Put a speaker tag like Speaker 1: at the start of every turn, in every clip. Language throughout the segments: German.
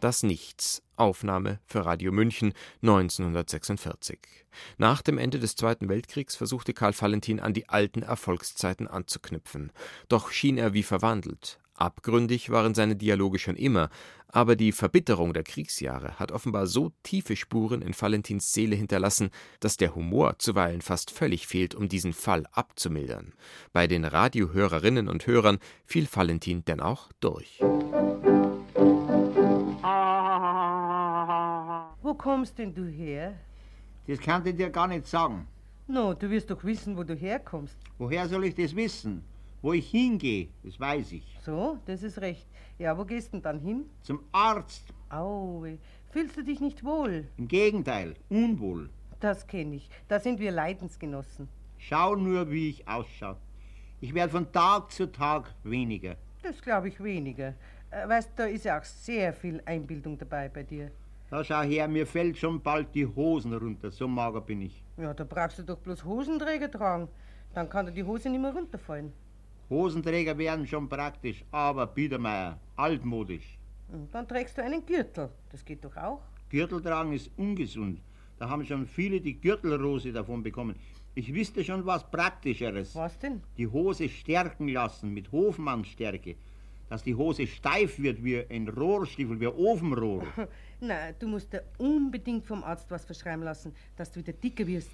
Speaker 1: das Nichts. Aufnahme für Radio München 1946. Nach dem Ende des Zweiten Weltkriegs versuchte Karl Valentin an die alten Erfolgszeiten anzuknüpfen. Doch schien er wie verwandelt. Abgründig waren seine Dialoge schon immer, aber die Verbitterung der Kriegsjahre hat offenbar so tiefe Spuren in Valentins Seele hinterlassen, dass der Humor zuweilen fast völlig fehlt, um diesen Fall abzumildern. Bei den Radiohörerinnen und Hörern fiel Valentin denn auch durch.
Speaker 2: Wo kommst denn du her?
Speaker 3: Das kann ich dir gar nicht sagen.
Speaker 2: No, du wirst doch wissen, wo du herkommst.
Speaker 3: Woher soll ich das wissen? Wo ich hingehe, das weiß ich.
Speaker 2: So, das ist recht. Ja, wo gehst denn dann hin?
Speaker 3: Zum Arzt,
Speaker 2: Au, fühlst du dich nicht wohl?
Speaker 3: im Gegenteil, unwohl.
Speaker 2: Das kenne ich. Da sind wir Leidensgenossen.
Speaker 3: Schau nur, wie ich ausschaue. Ich werde von Tag zu Tag weniger.
Speaker 2: Das glaube ich weniger. Äh, Weißt, da ist ja auch sehr viel Einbildung dabei bei dir.
Speaker 3: Da schau her, mir fällt schon bald die Hosen runter, so mager bin ich.
Speaker 2: Ja, da brauchst du doch bloß Hosenträger tragen. Dann kann dir die Hose nicht mehr runterfallen.
Speaker 3: Hosenträger wären schon praktisch, aber Biedermeier, altmodisch.
Speaker 2: Und dann trägst du einen Gürtel. Das geht doch auch.
Speaker 3: Gürtel tragen ist ungesund. Da haben schon viele die Gürtelrose davon bekommen. Ich wüsste schon was Praktischeres.
Speaker 2: Was denn?
Speaker 3: die Hose stärken lassen mit Hofmannstärke, dass die Hose steif wird wie ein Rohrstiefel, wie ein Ofenrohr.
Speaker 2: Na, du musst dir unbedingt vom Arzt was verschreiben lassen, dass du wieder dicker wirst.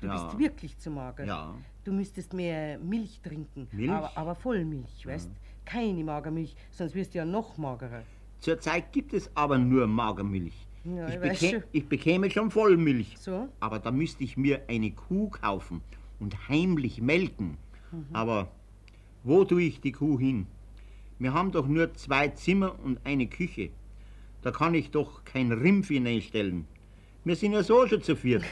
Speaker 2: Du
Speaker 3: Ja.
Speaker 2: bist wirklich zu mager.
Speaker 3: Ja.
Speaker 2: Du müsstest mehr Milch trinken.
Speaker 3: Milch?
Speaker 2: Aber, aber Vollmilch, weißt? Keine Magermilch, sonst wirst du ja noch magerer.
Speaker 3: Zurzeit gibt es aber nur Magermilch.
Speaker 2: Ja,
Speaker 3: ich,
Speaker 2: ich weiß schon.
Speaker 3: ich bekäme schon Vollmilch.
Speaker 2: So?
Speaker 3: Aber da müsste ich mir eine Kuh kaufen und heimlich melken.
Speaker 2: Mhm.
Speaker 3: Aber wo tue ich die Kuh hin? Wir haben doch nur zwei Zimmer und eine Küche. Da kann ich doch kein Rimpf hineinstellen. Wir sind ja so schon zu viert.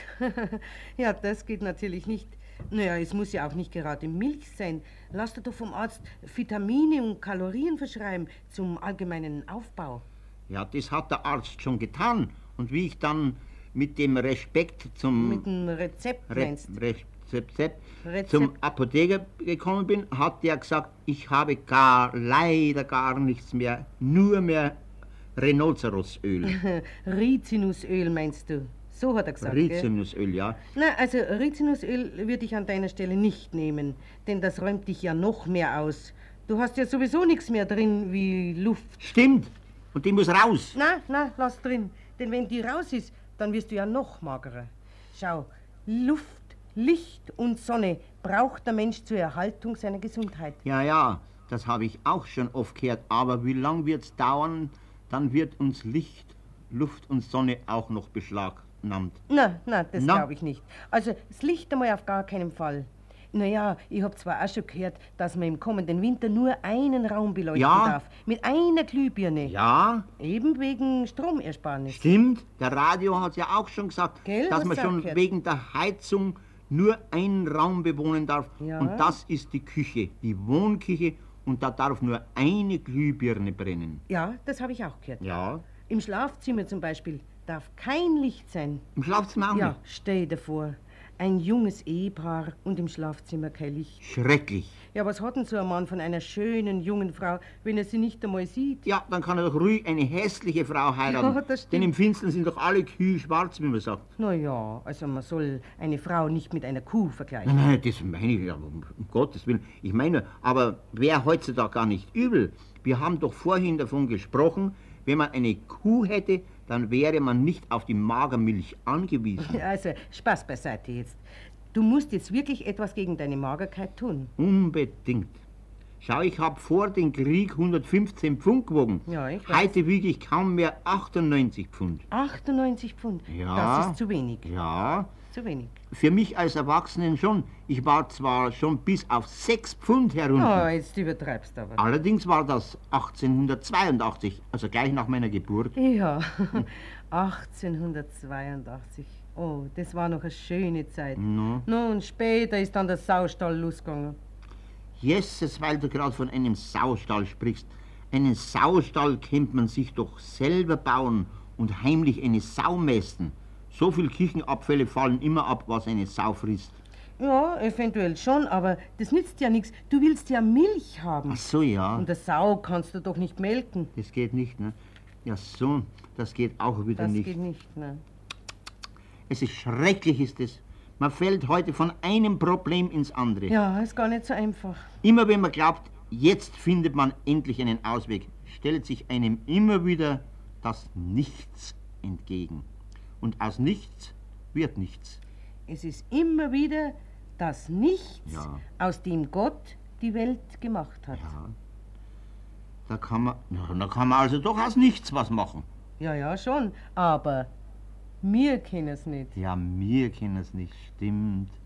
Speaker 2: Ja, das geht natürlich nicht. Naja, es muss ja auch nicht gerade Milch sein. Lass dir doch vom Arzt Vitamine und Kalorien verschreiben zum allgemeinen Aufbau.
Speaker 3: Ja, das hat der Arzt schon getan. Und wie ich dann mit dem Respekt zum,
Speaker 2: Mit einem Rezept
Speaker 3: Re-
Speaker 2: meinst du?
Speaker 3: Re- Rezept,
Speaker 2: Rezept.
Speaker 3: zum Apotheker gekommen bin, hat der gesagt, ich habe gar leider gar nichts mehr, nur mehr Rhinocerosöl.
Speaker 2: Rizinusöl meinst du? So hat er gesagt. gell?
Speaker 3: Rizinusöl, ja.
Speaker 2: Na, also Rizinusöl würde ich an deiner Stelle nicht nehmen, denn das räumt dich ja noch mehr aus. Du hast ja sowieso nichts mehr drin wie Luft.
Speaker 3: Stimmt. Und die muss raus.
Speaker 2: Na, na, lass drin, denn wenn die raus ist, dann wirst du ja noch magerer. Schau, Luft, Licht und Sonne braucht der Mensch zur Erhaltung seiner Gesundheit.
Speaker 3: Ja, ja, das habe ich auch schon oft gehört. Aber wie lang wird's dauern? Dann wird uns Licht, Luft und Sonne auch noch beschlagnahmt.
Speaker 2: Na, na, das
Speaker 3: Na?
Speaker 2: glaube ich nicht. Also, das Licht einmal auf gar keinen Fall. Naja, ich habe zwar auch schon gehört, dass man im kommenden Winter nur einen Raum beleuchten
Speaker 3: Ja.
Speaker 2: darf. Mit einer Glühbirne.
Speaker 3: Ja,
Speaker 2: Eben wegen Stromersparnis.
Speaker 3: Stimmt, der Radio hat ja auch schon gesagt,
Speaker 2: Gell,
Speaker 3: dass
Speaker 2: was
Speaker 3: man
Speaker 2: sagt
Speaker 3: schon
Speaker 2: jetzt?
Speaker 3: wegen der Heizung nur einen Raum bewohnen darf.
Speaker 2: Ja.
Speaker 3: Und das ist die Küche, die Wohnküche. Und da darf nur eine Glühbirne brennen.
Speaker 2: Ja, das habe ich auch gehört.
Speaker 3: Ja.
Speaker 2: Im Schlafzimmer zum Beispiel darf kein Licht sein.
Speaker 3: Im Schlafzimmer auch
Speaker 2: Ja,
Speaker 3: nicht.
Speaker 2: stell dir vor, ein junges Ehepaar und im Schlafzimmer kein Licht.
Speaker 3: Schrecklich.
Speaker 2: Ja, was hat denn so ein Mann von einer schönen jungen Frau, wenn er sie nicht einmal sieht?
Speaker 3: Ja, dann kann er doch ruhig eine hässliche Frau heiraten.
Speaker 2: Ja, das stimmt.
Speaker 3: Denn im Finstern sind doch alle Kühe schwarz, wie man sagt.
Speaker 2: Na ja, also man soll eine Frau nicht mit einer Kuh vergleichen.
Speaker 3: Nein, nein, das meine ich ja, um um Gottes Willen. Ich meine, aber wäre heutzutage gar nicht übel. Wir haben doch vorhin davon gesprochen, wenn man eine Kuh hätte, dann wäre man nicht auf die Magermilch angewiesen.
Speaker 2: Also, Spaß beiseite jetzt. Du musst jetzt wirklich etwas gegen deine Magerkeit tun.
Speaker 3: Unbedingt. Schau, ich habe vor dem Krieg 115 Pfund gewogen.
Speaker 2: Ja, ich weiß.
Speaker 3: Heute wiege ich kaum mehr 98 Pfund.
Speaker 2: 98 Pfund,
Speaker 3: Ja.
Speaker 2: das ist zu wenig.
Speaker 3: Ja,
Speaker 2: Zu wenig.
Speaker 3: für mich als Erwachsenen schon. Ich war zwar schon bis auf 6 Pfund herunter.
Speaker 2: Oh, jetzt übertreibst du aber.
Speaker 3: Allerdings war das 1882, also gleich nach meiner Geburt.
Speaker 2: Ja,
Speaker 3: Hm.
Speaker 2: 1882. Oh, das war noch eine schöne Zeit.
Speaker 3: No.
Speaker 2: Nun, später ist dann der Saustall losgegangen.
Speaker 3: Jesus, weil du gerade von einem Saustall sprichst. Einen Saustall kennt man sich doch selber bauen und heimlich eine Sau mästen. So viel Küchenabfälle fallen immer ab, was eine Sau frisst.
Speaker 2: Ja, eventuell schon, aber das nützt ja nichts. Du willst ja Milch haben.
Speaker 3: Ach so, ja.
Speaker 2: Und der Sau kannst du doch nicht melken.
Speaker 3: Das geht nicht, ne? Ja, so, das geht auch wieder
Speaker 2: Das
Speaker 3: nicht.
Speaker 2: geht nicht, ne?
Speaker 3: Es ist schrecklich, ist es. Man fällt heute von einem Problem ins andere.
Speaker 2: Ja, ist gar nicht so einfach.
Speaker 3: Immer wenn man glaubt, jetzt findet man endlich einen Ausweg, stellt sich einem immer wieder das Nichts entgegen. Und aus Nichts wird nichts.
Speaker 2: Es ist immer wieder das Nichts,
Speaker 3: Ja.
Speaker 2: aus dem Gott die Welt gemacht hat.
Speaker 3: Ja. Da kann man, na, da kann man also doch aus Nichts was machen.
Speaker 2: Ja, ja, schon, aber wir können es nicht.
Speaker 3: Ja, mir kann es nicht, stimmt.